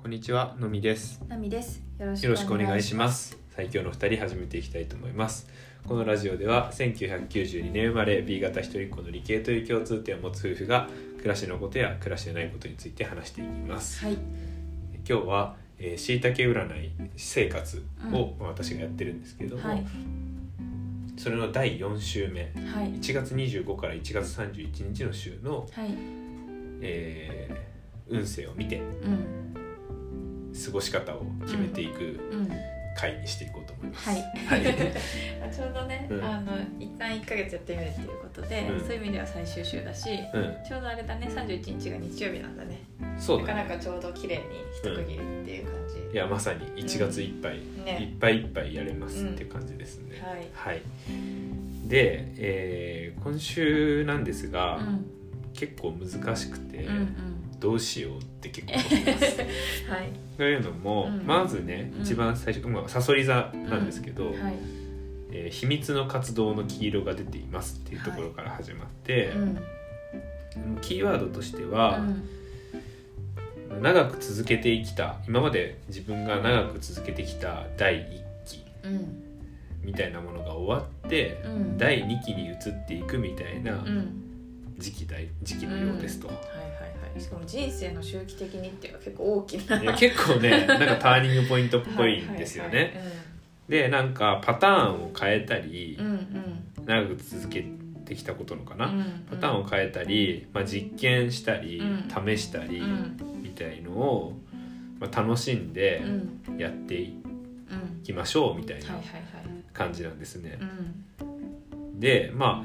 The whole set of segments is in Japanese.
こんにちは、のみです。なみです。よろしよろしくくおお願願いいししまます。最強の二人始めていきたいと思います。このラジオでは、1992年生まれ B 型一人っ子の理系という共通点を持つ夫婦が暮らしのことや暮らしでないことについて話していきます。す。はい。今日は、えー、椎茸占い生活を、まあ私がやってるんですけれども、はい。それの第4週目。はい。 1月25から1月31日の週の、はい。えー運勢を見てうん。過ごし方を決めていくうん。回にしていこうと思います。はい。はい、ちょうどね、うんあの一旦一ヶ月やってみるっていうことで、うんそういう意味では最終週だし、うちょうどあれだね、三十一日が日曜日なんだね。ん、そうなかだね。なかちょうど綺麗に一区切りっていう感いじ。やまさに1月いっぱい、いね。っぱいいっぱいやれますっていう感じですね。はいはい。で、えー今週なんですうが、ん。結構難しくて、うん うん。どうしようって結構思ってます。 はい。というのも、うんまずねうん一番最初、まあ、サソリ座なんですけど、はい。えー秘密の活動の黄色が出ています」っていうところから始まって、うん。キーワードとしては、うん長く続けてきた今まで自分が長く続けてきた第1期うん。みたいなものが終わって、うん第2期に移っていくみたいなうん。時期だい時期のようですと。はいはいはい。しかも人生の周期的にっていうか結構大きな。いや結構 ねなんかターニングポイントっぽいんですよね。はいはいはい。でなんかパターンを変えたりうん。うんうん。長く続けてきたことのかな、うんパターンを変えたり、まあ、実験したり、う試したり、うんみたいのを、まあ、楽しんでうんやっていうんきましょうみたいはいはいなはい感じなんですねう。んで、まあ、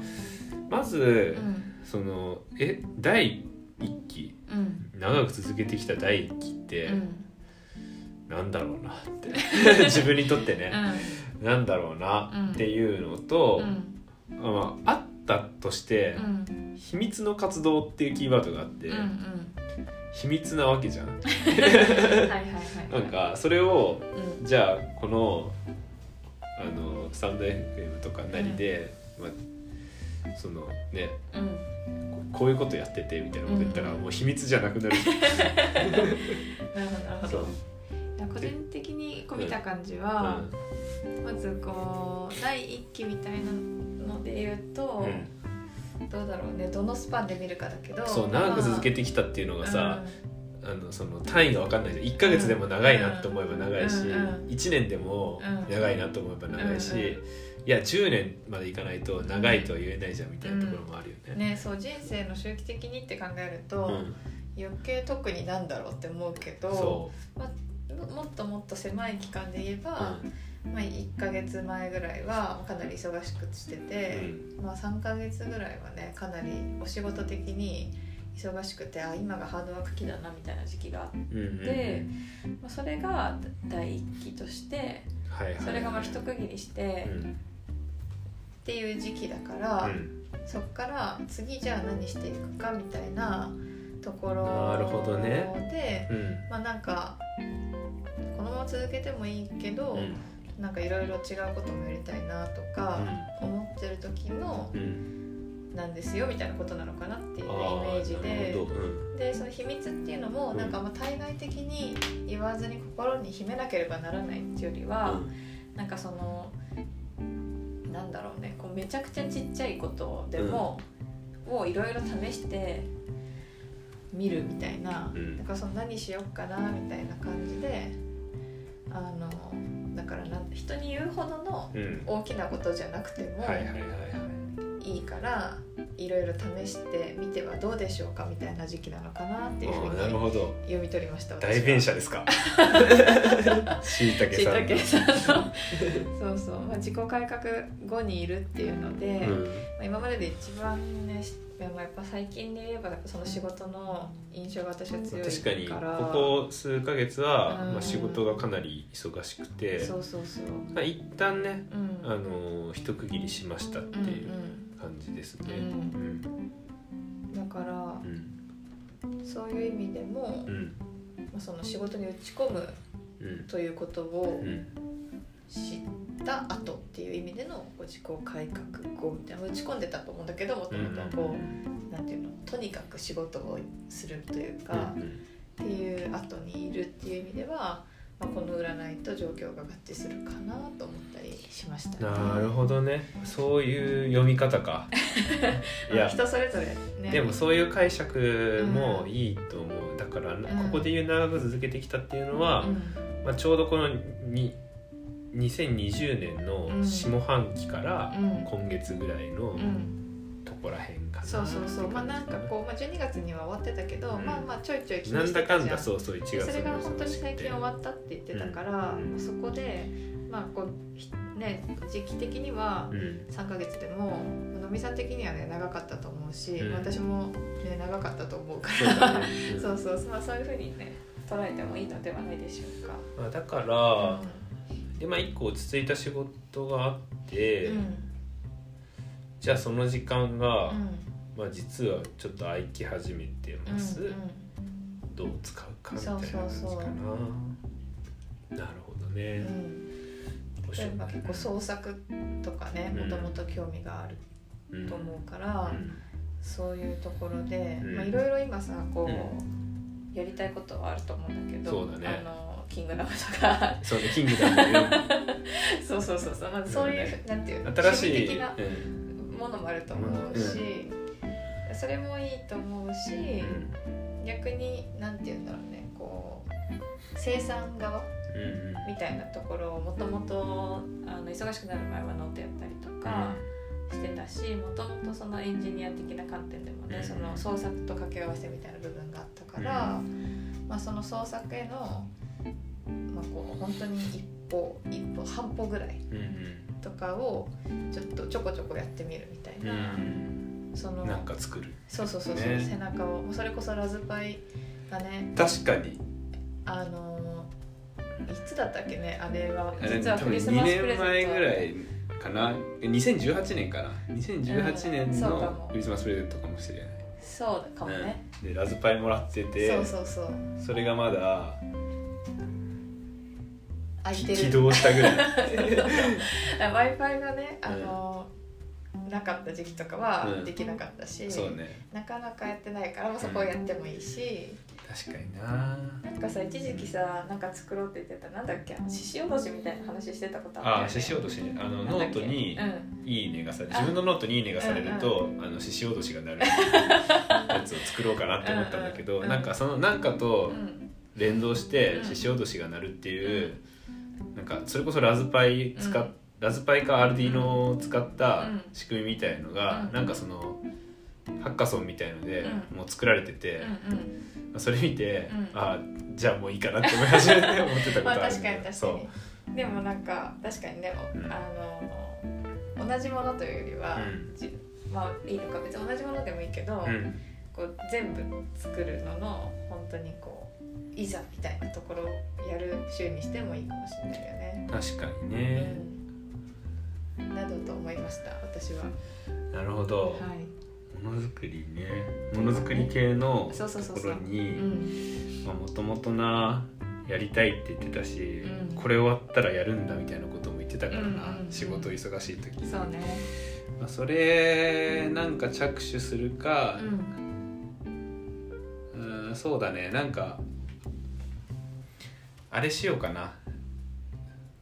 まず、うんそのえ第1期うん長く続けてきた第1期って、うんなんだろうなって 自分にとってうね、んなんだろうなっていうのと、うんまあ、あったとして、うん秘密の活動っていうキーワードがあって、うん秘密なわけじゃん。はいはいはいなんかそれをうんじゃあこのあのスタンド FM とかなりで、まあ、そのねうんここういうことやっててみたいなこと言ったら、うんもう秘密じゃなくなるなるほどなるほそどう、いや個人的にこう見た感じはまずこう第一期みたいなので言ううんとどうだろうねどのスパンで見るかだけどそう長く続けてきたっていうのがさ、あのその単位が分かんないじゃん1ヶ月でも長いなと思えば長いし、うんうん1年でも長いなと思えば長いし、うんうんいや10年までいかないと長いとは言えないじゃんみたいなところもあるよね。うんねそう人生の周期的にって考えるとうん余計特になんだろうって思うけどそももっともっと狭い期間で言えう、ば、まあ、1ヶ月前ぐらいはかなり忙しくしてうんて、まあ、3ヶ月ぐらいはねかなりお仕事的に忙しくてあ今がハードワーク期だなみたいな時期があって、うんうんうんでまあ、それが第1期としてはいはいはいそれがまあ一区切りしてうんっていう時期だから、うんそこから次じゃあ何していくかみたいなところなるほどねでうんまあなんかこのまま続けてもいいけど、うんなんかいろいろ違うこともやりたいなとか思ってる時のうんうんなんですよみたいなことなのかなっていうねあイメージなるでほどうんでその秘密っていうのもうんなんかまあ対外的に言わずに心に秘めなければならないっていうよりはなんかそのなんだろうねこうめちゃくちゃちっちゃいことでもをいろいろ試して見るみたいなうんなんかその何しよっかなみたいな感じであのだからなん人に言うほどのうんうん大きなことじゃなくてもはいはいはいはいいいからいろいろ試してみてはどうでしょうかみたいな時期なのかなっていうふあうにーなるほど読み取りました代弁者ですかしいたけしいさんたのけさんの そうそう、まあ、自己改革後にいるっていうので、うまんあ、今までで一番ねしでもやっぱ最近で言えばその仕事の印象が私は強いから確かにここ数ヶ月は、うんまあ、仕事がかなり忙しくて、そうそうそうまあ、一旦ねうんあのー一区切りしましたってうんいう感じですね。うんうんうん、だからうんそういう意味でも、うまんあ、その仕事に打ち込むうんということをうん知った後っていう意味での自己改革後みたいな打ち込んでたと思うんだけどもともとこう、なんていうのとにかく仕事をするというか、うんっていう後にいるっていう意味では、まあ、この占いと状況が合致するかなと思ったりしましたね、なるほどねそういう読み方かいまあや人それぞれねでもそういう解釈もいいと思う、だからなうんここで言う長く続けてきたっていうのは、うんまあ、ちょうどこのに2020年の下半期からうん今月ぐらいのうん、とこらへんかなそうそうそうまあなんかこう、まあ、12月には終わってたけど、うんまあまあちょいちょい気なにんしてだかたじんゃだんそうそう1月でそれが本当にそう最近終わったって言ってたから、うんそこでまあこうひね時期的にはうん3ヶ月でものみさん的にはね長かったと思うし、うん私も、ね、長かったと思うか そうらだね、うんそうそうそう、まあ、そういうふうにね捉えてもいいのではないでしょうか。まあ、だから、でまあ一個落ち着いた仕事があって、うんじゃあその時間が、うんまあ、実はちょっと空き始めてうんます、うどう使うかみたいな感じかなそうそうそうなるほどね、んうん面例白えいば結構創作とかねうもんともと興味があるうんと思うから、うんそういうところで、うんまあいろいろ今さこう、うやりたいことはあると思うんだけどそうだねあのキングダムとか そうねキングダムねそうそうそうそうまずそういう、そうなんていう の新し趣味い、的なうんものもあると思うし、それもいいと思うし、逆になんて言うんだろうねこう生産側うんみたいなところをもともとあの忙しくなる前はノートやったりとかしてたしもともとそのエンジニア的な観点でもね、うんその創作と掛け合わせみたいな部分があったから、まあ、その創作への、まあ、こう本当に一歩一歩半歩ぐらいうんとかをちょっとちょこちょこやってみるみたいうんうな、んそのなんか作るそうそうそうそう、ね背中をそれこそラズパイがね確かにあのーいつだったっけねあれはあれ実は多ク分リスマス2プレゼン年ト前ぐらいかな2018年かな2018年うんそうかものクリスマスプレゼントかもしれない、そうかもね、うんでラズパイもらっててそうそうそうそれがまだ空いて起る動したぐ らい w i f i がねあのーなかった時期とかはうんできなかったし、そうねなかなかやってないからもうそこをやってもいいし、確かにななんかさ一時期さなんか作ろうって言ってたなんだっけあの獅子落としみたいな話してたことああった獅子落としねあのノートになんだっ「いいね」がさ自分のノートに「いいね」がされるとあの獅子落としがな るやつを作ろうかなって思ったんだけうんどうんなんかそのなんかとけうん、うん連動してうん獅子落としが鳴るっていうなんかそれこそラズパイ使っラズパイかアルディーノを使ったうん仕組みみたいのがうんなんかそのハッカソンみたいのでうんもう作られててうんうんそれ見てうんあじゃあもういいかなって思い始めて思ってたこと まあある確かに確そかうにでもなんか確かにでも、うんあの同じものというよりは、うんじまあいいのか別に同じものでもいいけど、うんこう全部作るのの本当にこういざみたいなところをやる週にしてもいいかもしれないよね。確かにねうん、などと思いました私は。なるほどはい。ものづくりねものづくり系のそうそうとそうこそう。ろうにん。もともとなやりたいって言ってたし、うんこれ終わったらやるんだみたいなことも言ってたからな、うんうんうん仕事忙しい時にそうね。まあ、それなんか着手するかう、ん。うーんそうだねなんかあれしようかな、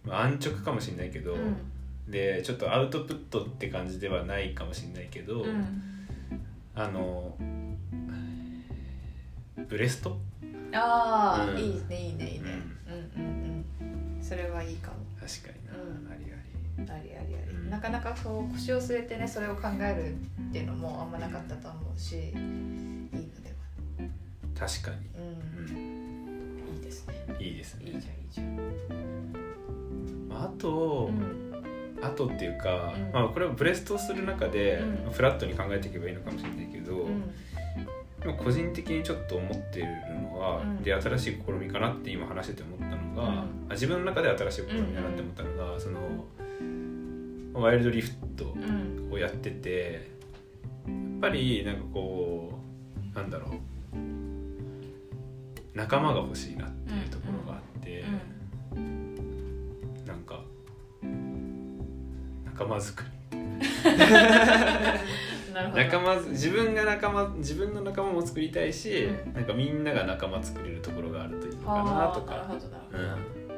まあ、安直かもしれないけど、うんでちょっとアウトプットって感じではないかもしれないけど、うん。あのブレストああ、うんいいねいいねいいね。うんうんうん。それはいいかも。確かにな、うんありあありありあり、うんなかなかそう腰を据えてねそれを考えるっていうのもあんまなかったと思うしいいのではり確かに、うん、いいですねうん、いいですいいじゃんいいねじゃんあと、うんあとっていうか、うんまあ、これはブレストする中で、うんフラットに考えていけばいいのかもしれないけど、うんでも個人的にちょっと思ってるのは、うんで新しい試みかなって今話してて思ったのが、うんあ自分の中で新しい試みだなって思ったのが、そのワイルドリフトうんをやっててやっぱりなんかこうなんだろう仲間が欲しいなっていうところがあって、なんか仲間作りなるほど仲間づ自分が仲間自分の仲間も作りたいし、うなんかみんなが仲間作れるところがあるといいのかなあとーなるかほうどなるほ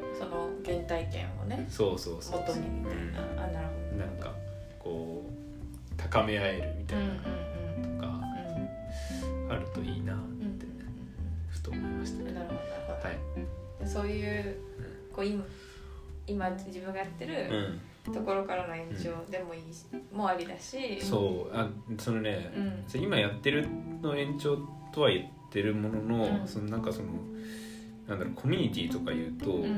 ど、その原体験をねんそうそうそう元にみたいな、あなるほうん、なんかこう高め合えるみどたういんうんなうんのがうあるといいなっんてふと思いましたうんねうんなるほどなるほどはい、でそういうこう今今自分がやってうるん、ところからの延長でもいいし、もありだしそうあそのね、うんそう今やってるの延長とは言ってるものの、うんそのなんかそのなんだろうコミュニティとか言うと、うんうん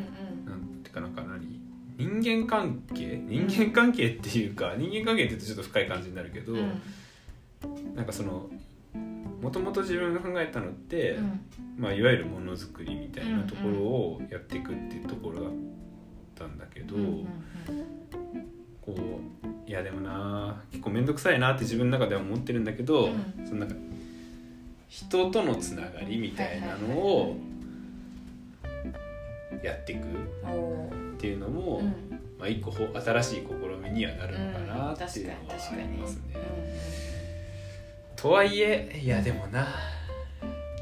なんてかなんか何人間関係人間関係っていうか人間関係って言うとちょっと深い感じになるけど、うんうんなんかそのもともと自分が考えたのって、まあ、いわゆるものづくりみたいなところをやっていくっていうところだったんだけど、うんうんこういやでもな結構面倒くさいなって自分の中では思ってるんだけど、うんそのなんか人とのつながりみたいなのはいをやっていくっうんおーていうのも、うんまあ、一個ほ新しい試みにはなるのかなうんっていうのは確かあにりますね。うんとはいえいやでもな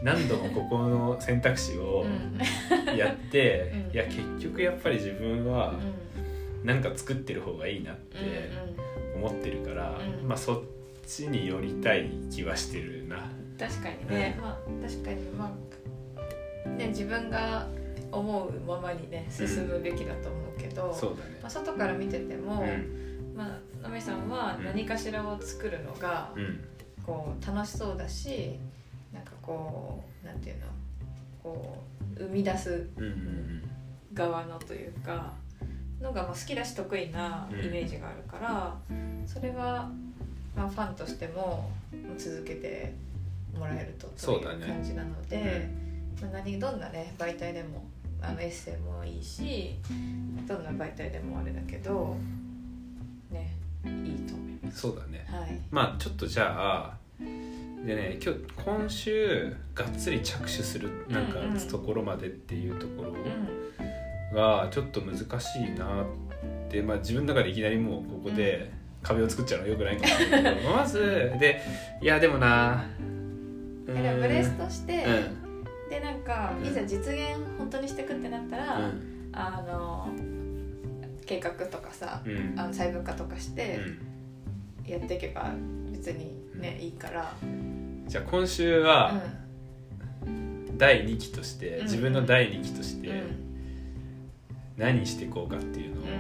何度もここの選択肢をうんやって、うんいや結局やっぱり自分はうん何か作ってる方がいいなっうんて思ってるから、うんまあそっちに寄りたい気はしてるな。うん確かにね、うまあ確かにまあね自分が思うままにね進むべきだと思うけど、そうだねまあ、外から見ててうも、んまあ、ナミさんはうん何かしらを作るのが、うんこう楽しそうだしなんかこうなんていうのこう生み出すうんうん側のというかのがまあ好きだし得意なイメージがあるから、それは、まあ、ファンとしても続けてもらえるとそというだねう感じなので、まあ、何どんなね媒体でもあのエッセイもいいしどんな媒体でもあれだけどねいいと思いうんそうだね。ます。はいまあちょっとじゃあでね今日今週がっつり着手するなんかうんうんところまでっていうところう、がちょっと難しいなって、まあ、自分の中でいきなりもうここで壁を作っちゃうのはよくないかもしれないけどまずでいやでもなうんだからブレストして、うんでなんかうんいざ実現本当にしてくってなったら、あの計画とかさうんうんあの細分化とかしてうんやっていけば別にね、ういいから、じゃあ今週うんは第2期としてうん自分の第2期としうんうんて何していこうかっていうのをこ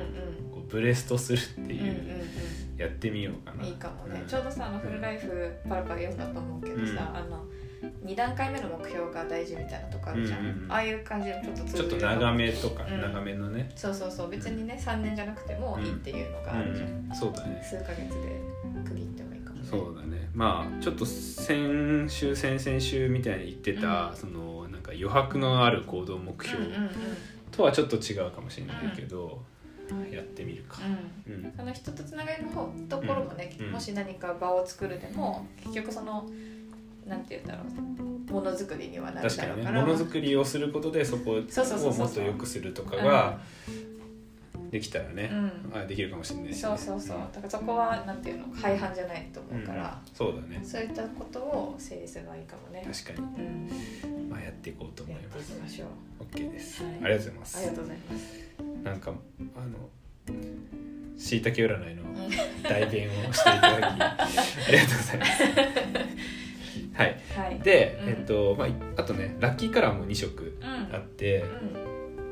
うブレストするってうんうんういんうやってみようかうな。んいいかもね、うんちょうどさあのフルライフパラパラ読んだと思うけどさ、うあの2段階目の目標が大事みたいなとこあるじゃん、うんうんうんああいう感じでちょっと通じちょっると長めとか、うん長めのね、そうそうそう別にね3年じゃなくてもいいっていうのうがあるじゃん、ん、そうだね数ヶ月で区切ってもいいかもねそうだねまあちょっと先週先々週みたいに言ってた、うんそのなんか余白のある行動目うん標うんうんとはちょっと違うかもしれないけど、はいやってみるか、うんうんその人とつながりの方ところもね、うんもし何か場を作るでも結局そのなんて言うんだろうものづくりにはなる確だかろうにかねらものづくりをすることでそこそうそうそうをそうもっと良くするとかができたらうね、ん、あできるかもしれないし、ね、そうそうそうだからそこはなんていうの廃反じゃないとう思んうから、そうだねそういったことを整理すればいいかもね、確かに、うん、まあ、やっていこうと思やいってまいすきましょう OK です、はいありがとうございますありがとうございますなんかあのしいたけ占いの代弁をしていただ きありがとうございます。はい、はいで、うんえっとまあ、いあとねラッキーカラーも2色うあっんて、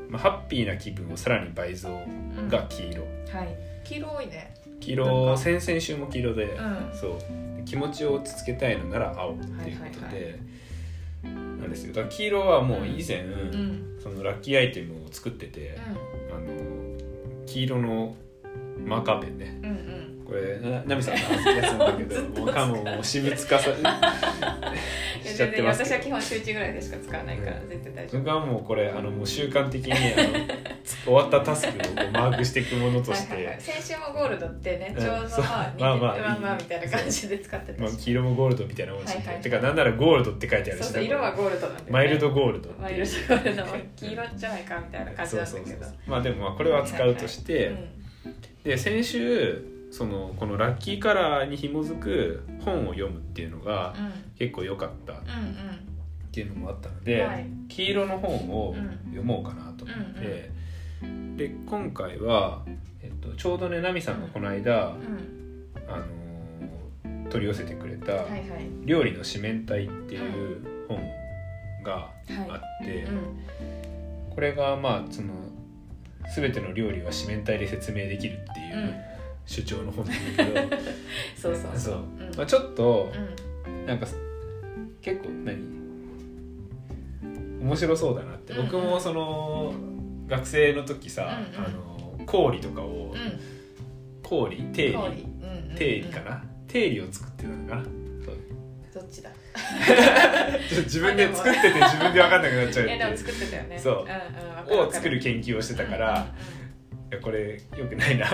まあ、ハッピーな気分をさらに倍増うんうんが黄色はい黄色多いね黄なん色か先々週も黄色で、うんそうで気持ちを落ち着けたいのなら青っていうことで、はいはいなんですよだから黄色はもう以前、うんそのラッキーアイテムを作ってて、あの黄色のマカペンね、うんうんこれなナミさんのやつなんだけ どもうかももう私物化さいやしちゃっ全て然ます私はけ基ど本週1ぐらいでしか使わないから絶対大丈夫僕はもうこれあのもう習慣的にあの終わったタスクをこうマークしていくものとしはいはいはい、て。先週もゴールドってねうんちょうどそうまあ似てまあまあまあいいまあみたいな感じで使ってまたあ、し、黄色もゴールドみたいなもんですね、はいはいてかなんならゴールドって書いてあるそうしそう色はゴールドなんだよねマイルドゴールドっていうマイルドゴールドも黄色じゃないかみたいな感じなんだけそうそうどそうまあでもまあこれは使うとして、うんで先週そのこのラッキーカラーに紐づく本を読むっていうのが結構良かったっうんうんていうのもあったので、はい黄色の本をうん読もうかなと思って、で今回は、えっと、ちょうどね奈美さんがこの間、うんあのー取り寄せてくれたはいはい「料理の四面体」っていう本があはって、いうんこれがまあその全ての料理は四面体で説明できるっていううん主張の本なんだけど、 そうそうそう、うんまあ、ちょっとうんなんか結構何面白そうだなって、うんうん僕もその学生の時さ、うんうんあの氷とかを、うん氷定理通りうんうん定理かな定理を作ってたの かなそうどっちだちょっと自分で作ってて自分で分かんなくなっちゃういっていやでもう作ってたよねそうんんわかわをか作る研究をしてたから、いやこれよく ないな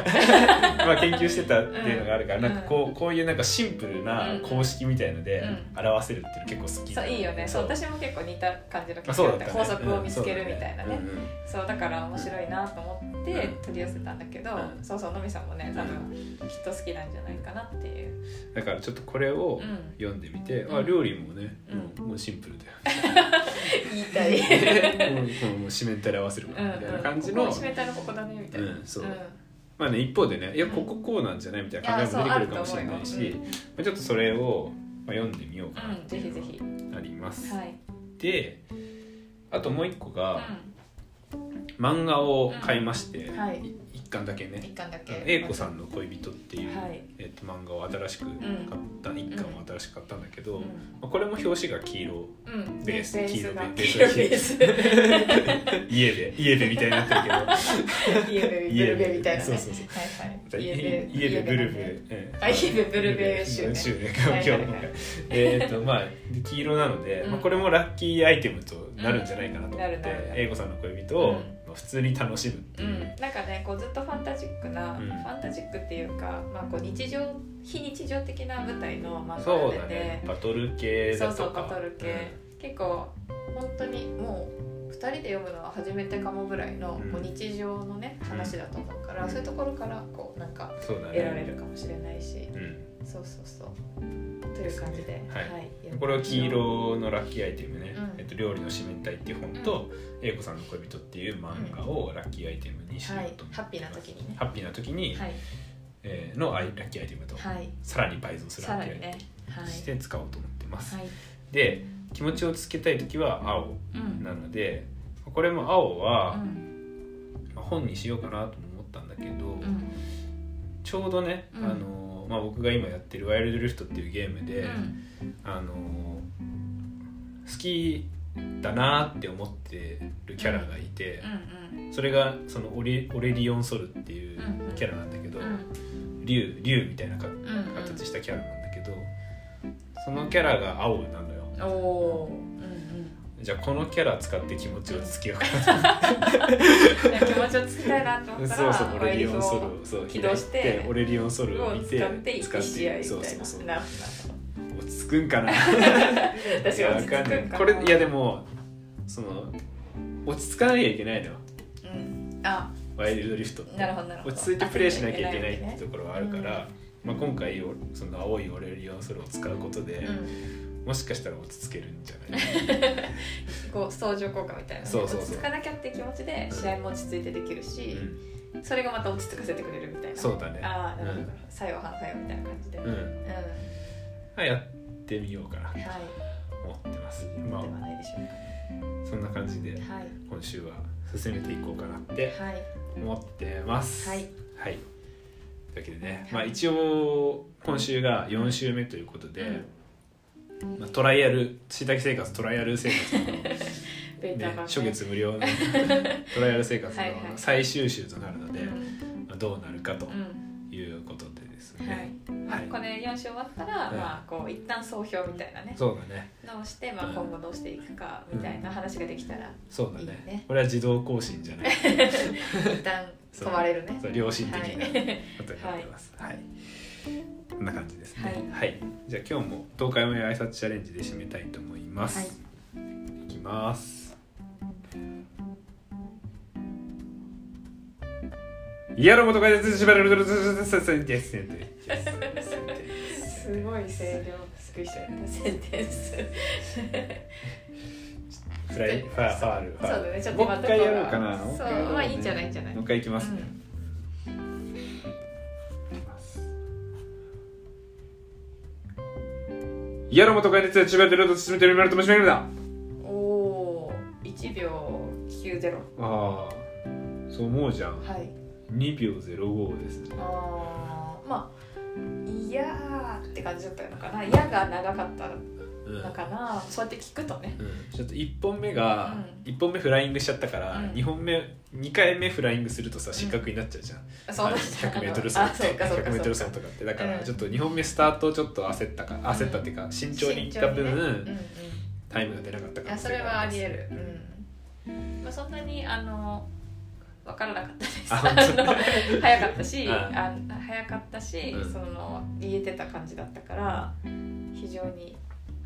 まあ研究してたっていうのがあるから、なんかこうこういうなんかシンプルな公式みたいのでう表せるっていうの結構好きそういいよねそう私も結構似た感じのあ結そうだ果った、ね、法則を見つけるみたいなね、うんそうだねそうだから面白いなと思ってうん取り寄せたんだけど、うんそうそうのみさんもね多分きっと好きなんじゃないかなっていう、うんだからちょっとこれをうん読んでみて、うんあ料理もね、うもうシンプルだよ言いた いもうもう四面体で合わせるかうんらみたいな感じの、ここ締めたいのここだねみたいな、うんそうんまあね一方でねいやこここうなんじゃないみたいな考えも出てくるかもしれないし、いやそうあると思まうよあ、ちょっとそれをまあ読んでみようかうなんってぜいひうのぜがひあります。はい、であともう一個が、う漫画を買いまして、んはいい一巻だけん、一ね巻だけ「英子さんの恋人」っていう、はいえっと漫画を新しく買った、一巻を新しく買ったんだけど、うまんあこれも表紙が黄 色うんベースベースが黄黄色色ベベーースス 家で家でみたいになってるけど イエベイエブルベベみたいなねそうそうそうはいはいイ家エでベ家でブルベ、うんあ家でブルベ集ね集ねはいはいはい今日もえっとまあ黄色なので、うんまあ、これもラッキーアイテムとなるんじゃないかなと思って、うんなるなる英子さんの恋人をうんまあ普通に楽しむってういんう、、なんかねこうずっとファンタジックな、うんファンタジックっていうか、まあ、こう日常非日常的な舞台の漫画そうがだ出ねてバトル系そだうとかそうバトル系、結構本当にもう2人で読むのは初めてかもぐらいの、うんこう日常のね話だと思うから、うんそういうところからこうなんかうんそうだね得られるかもしれないし、うんそうそうそうという感じで、ですねはいやってみようこれは黄色のラッキーアイテムね「うんえっと、料理の四面体」っていう本と「英子さんの恋人」っていう漫画をラッキーアイテムにしよはういと思ってます、ハッピーな時にねハッピーな時に、はいえーのアイラッキーアイテムと、はいさらに倍増するラッさらキーアイテにねはムとしいて使おうと思ってます、はいで気持ちをつけたい時は青うんなのでこれも青はう、んまあ本にしようかなとも思ったんだけど、うんちょうどね、うんあのまあ、僕が今やってる「ワイルドリフト」っていうゲームで、うんあの好きだなって思ってるキャラがいて、それがそのオリオレリオン・ソルっていうキャラなんだけど、竜竜みたいなか形したキャラなんだけど、そのキャラが青なのよおおー、うんじゃあこのキャラ使って気持ちをつけようか なうん、なんか気持ちをつけたいなと思ったそうらそうオワレイリリオフンソをルをそう起動して開いオレリオンソルを見て使って一試合みそうたそいうそうななる落ち着くんかなほ ど私は落ち着くんかいやわなこれいやでもその落ち着かなきゃいけないのようん、あワイルドリフトってなるほどなるほど落ち着いてプレイしなきゃいけないってねところはあるから、まあ、今回おその青いオレリオンソルを使うことで、うん、もしかしたら落ち着けるんじゃない こう相乗効果みたいなね、そうそうそう落ち着かなきゃって気持ちで試合も落ち着いてできるし、うんそれがまた落ち着かせてくれるみたいなそうだねああなるほど、作用反作用みたいな感じで、ううんんはまあやってみようかないいいと思ってますいまのではあないでしょうそんな感じでかはい今週は進めていこうかなってはい思ってますはい、はいというわけでね、まあ、一応今週が4週目ということで、まあ、トライアルしいたけ生活トライアル生活の、ね、ベータ版ね初月無料のトライアル生活のはいはい最終週となるのうで、んまあ、どうなるかとうんいうことでですはいね、まあこれ4週終わったら、うんまあ、こう一旦総評みたいなねそうだねのをして、まうあ、ん今後どうしていくかみたいな話ができ たら、そうだねいいねこれは自動更新じゃない一旦止まれるねそう良心的なはいことになってますはい、こんな感じですねははい、じゃあ今日も東海オンエア挨拶チャレンジで締めたいと思います、はいいきます。家の元が出てしまるですねってすごい声量低い人やったセンテンスフライファーファールファ そうールだねちょっもとうまた一回やろうかなそうもう一回やろうねまあいいんじゃないいいんじゃないもう一回いきますね、家の元が出てしまると進めてみると申し訳ないうんおー1秒90ああそう思うじゃんはい2秒05ですねあーまあいやーって感じだったのかな「いや」が長かったうんのかなそうやって聞くとねうんちょっと1本目が、一1本目フライングしちゃったから、うん2本目2回目フライングするとさ失格になっちゃうじゃん、そうあなのんだ 100m 走あとそうかかそうか 100m そう走かとかってだからうんちょっと2本目スタートをちょっと焦ったか焦ったっていうか慎重にいった分、慎重にねタイムが出なかったうんうん、いかやそれはあり得るる、うんまあ、そんなにあの分からなかったですああ本当の早かったし、うんあ早かったし、うんその言えてた感じだったから非常に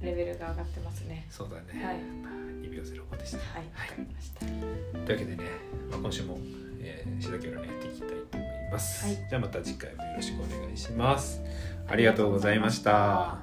レベルが上がってますねそうだね、はいまあ、2秒05でしたはいわかりましたというわけでね、まあ、今週も、えー、白木浦にやっていきたいと思います、はいじゃあまた次回もよろしくお願いしますありがとうございました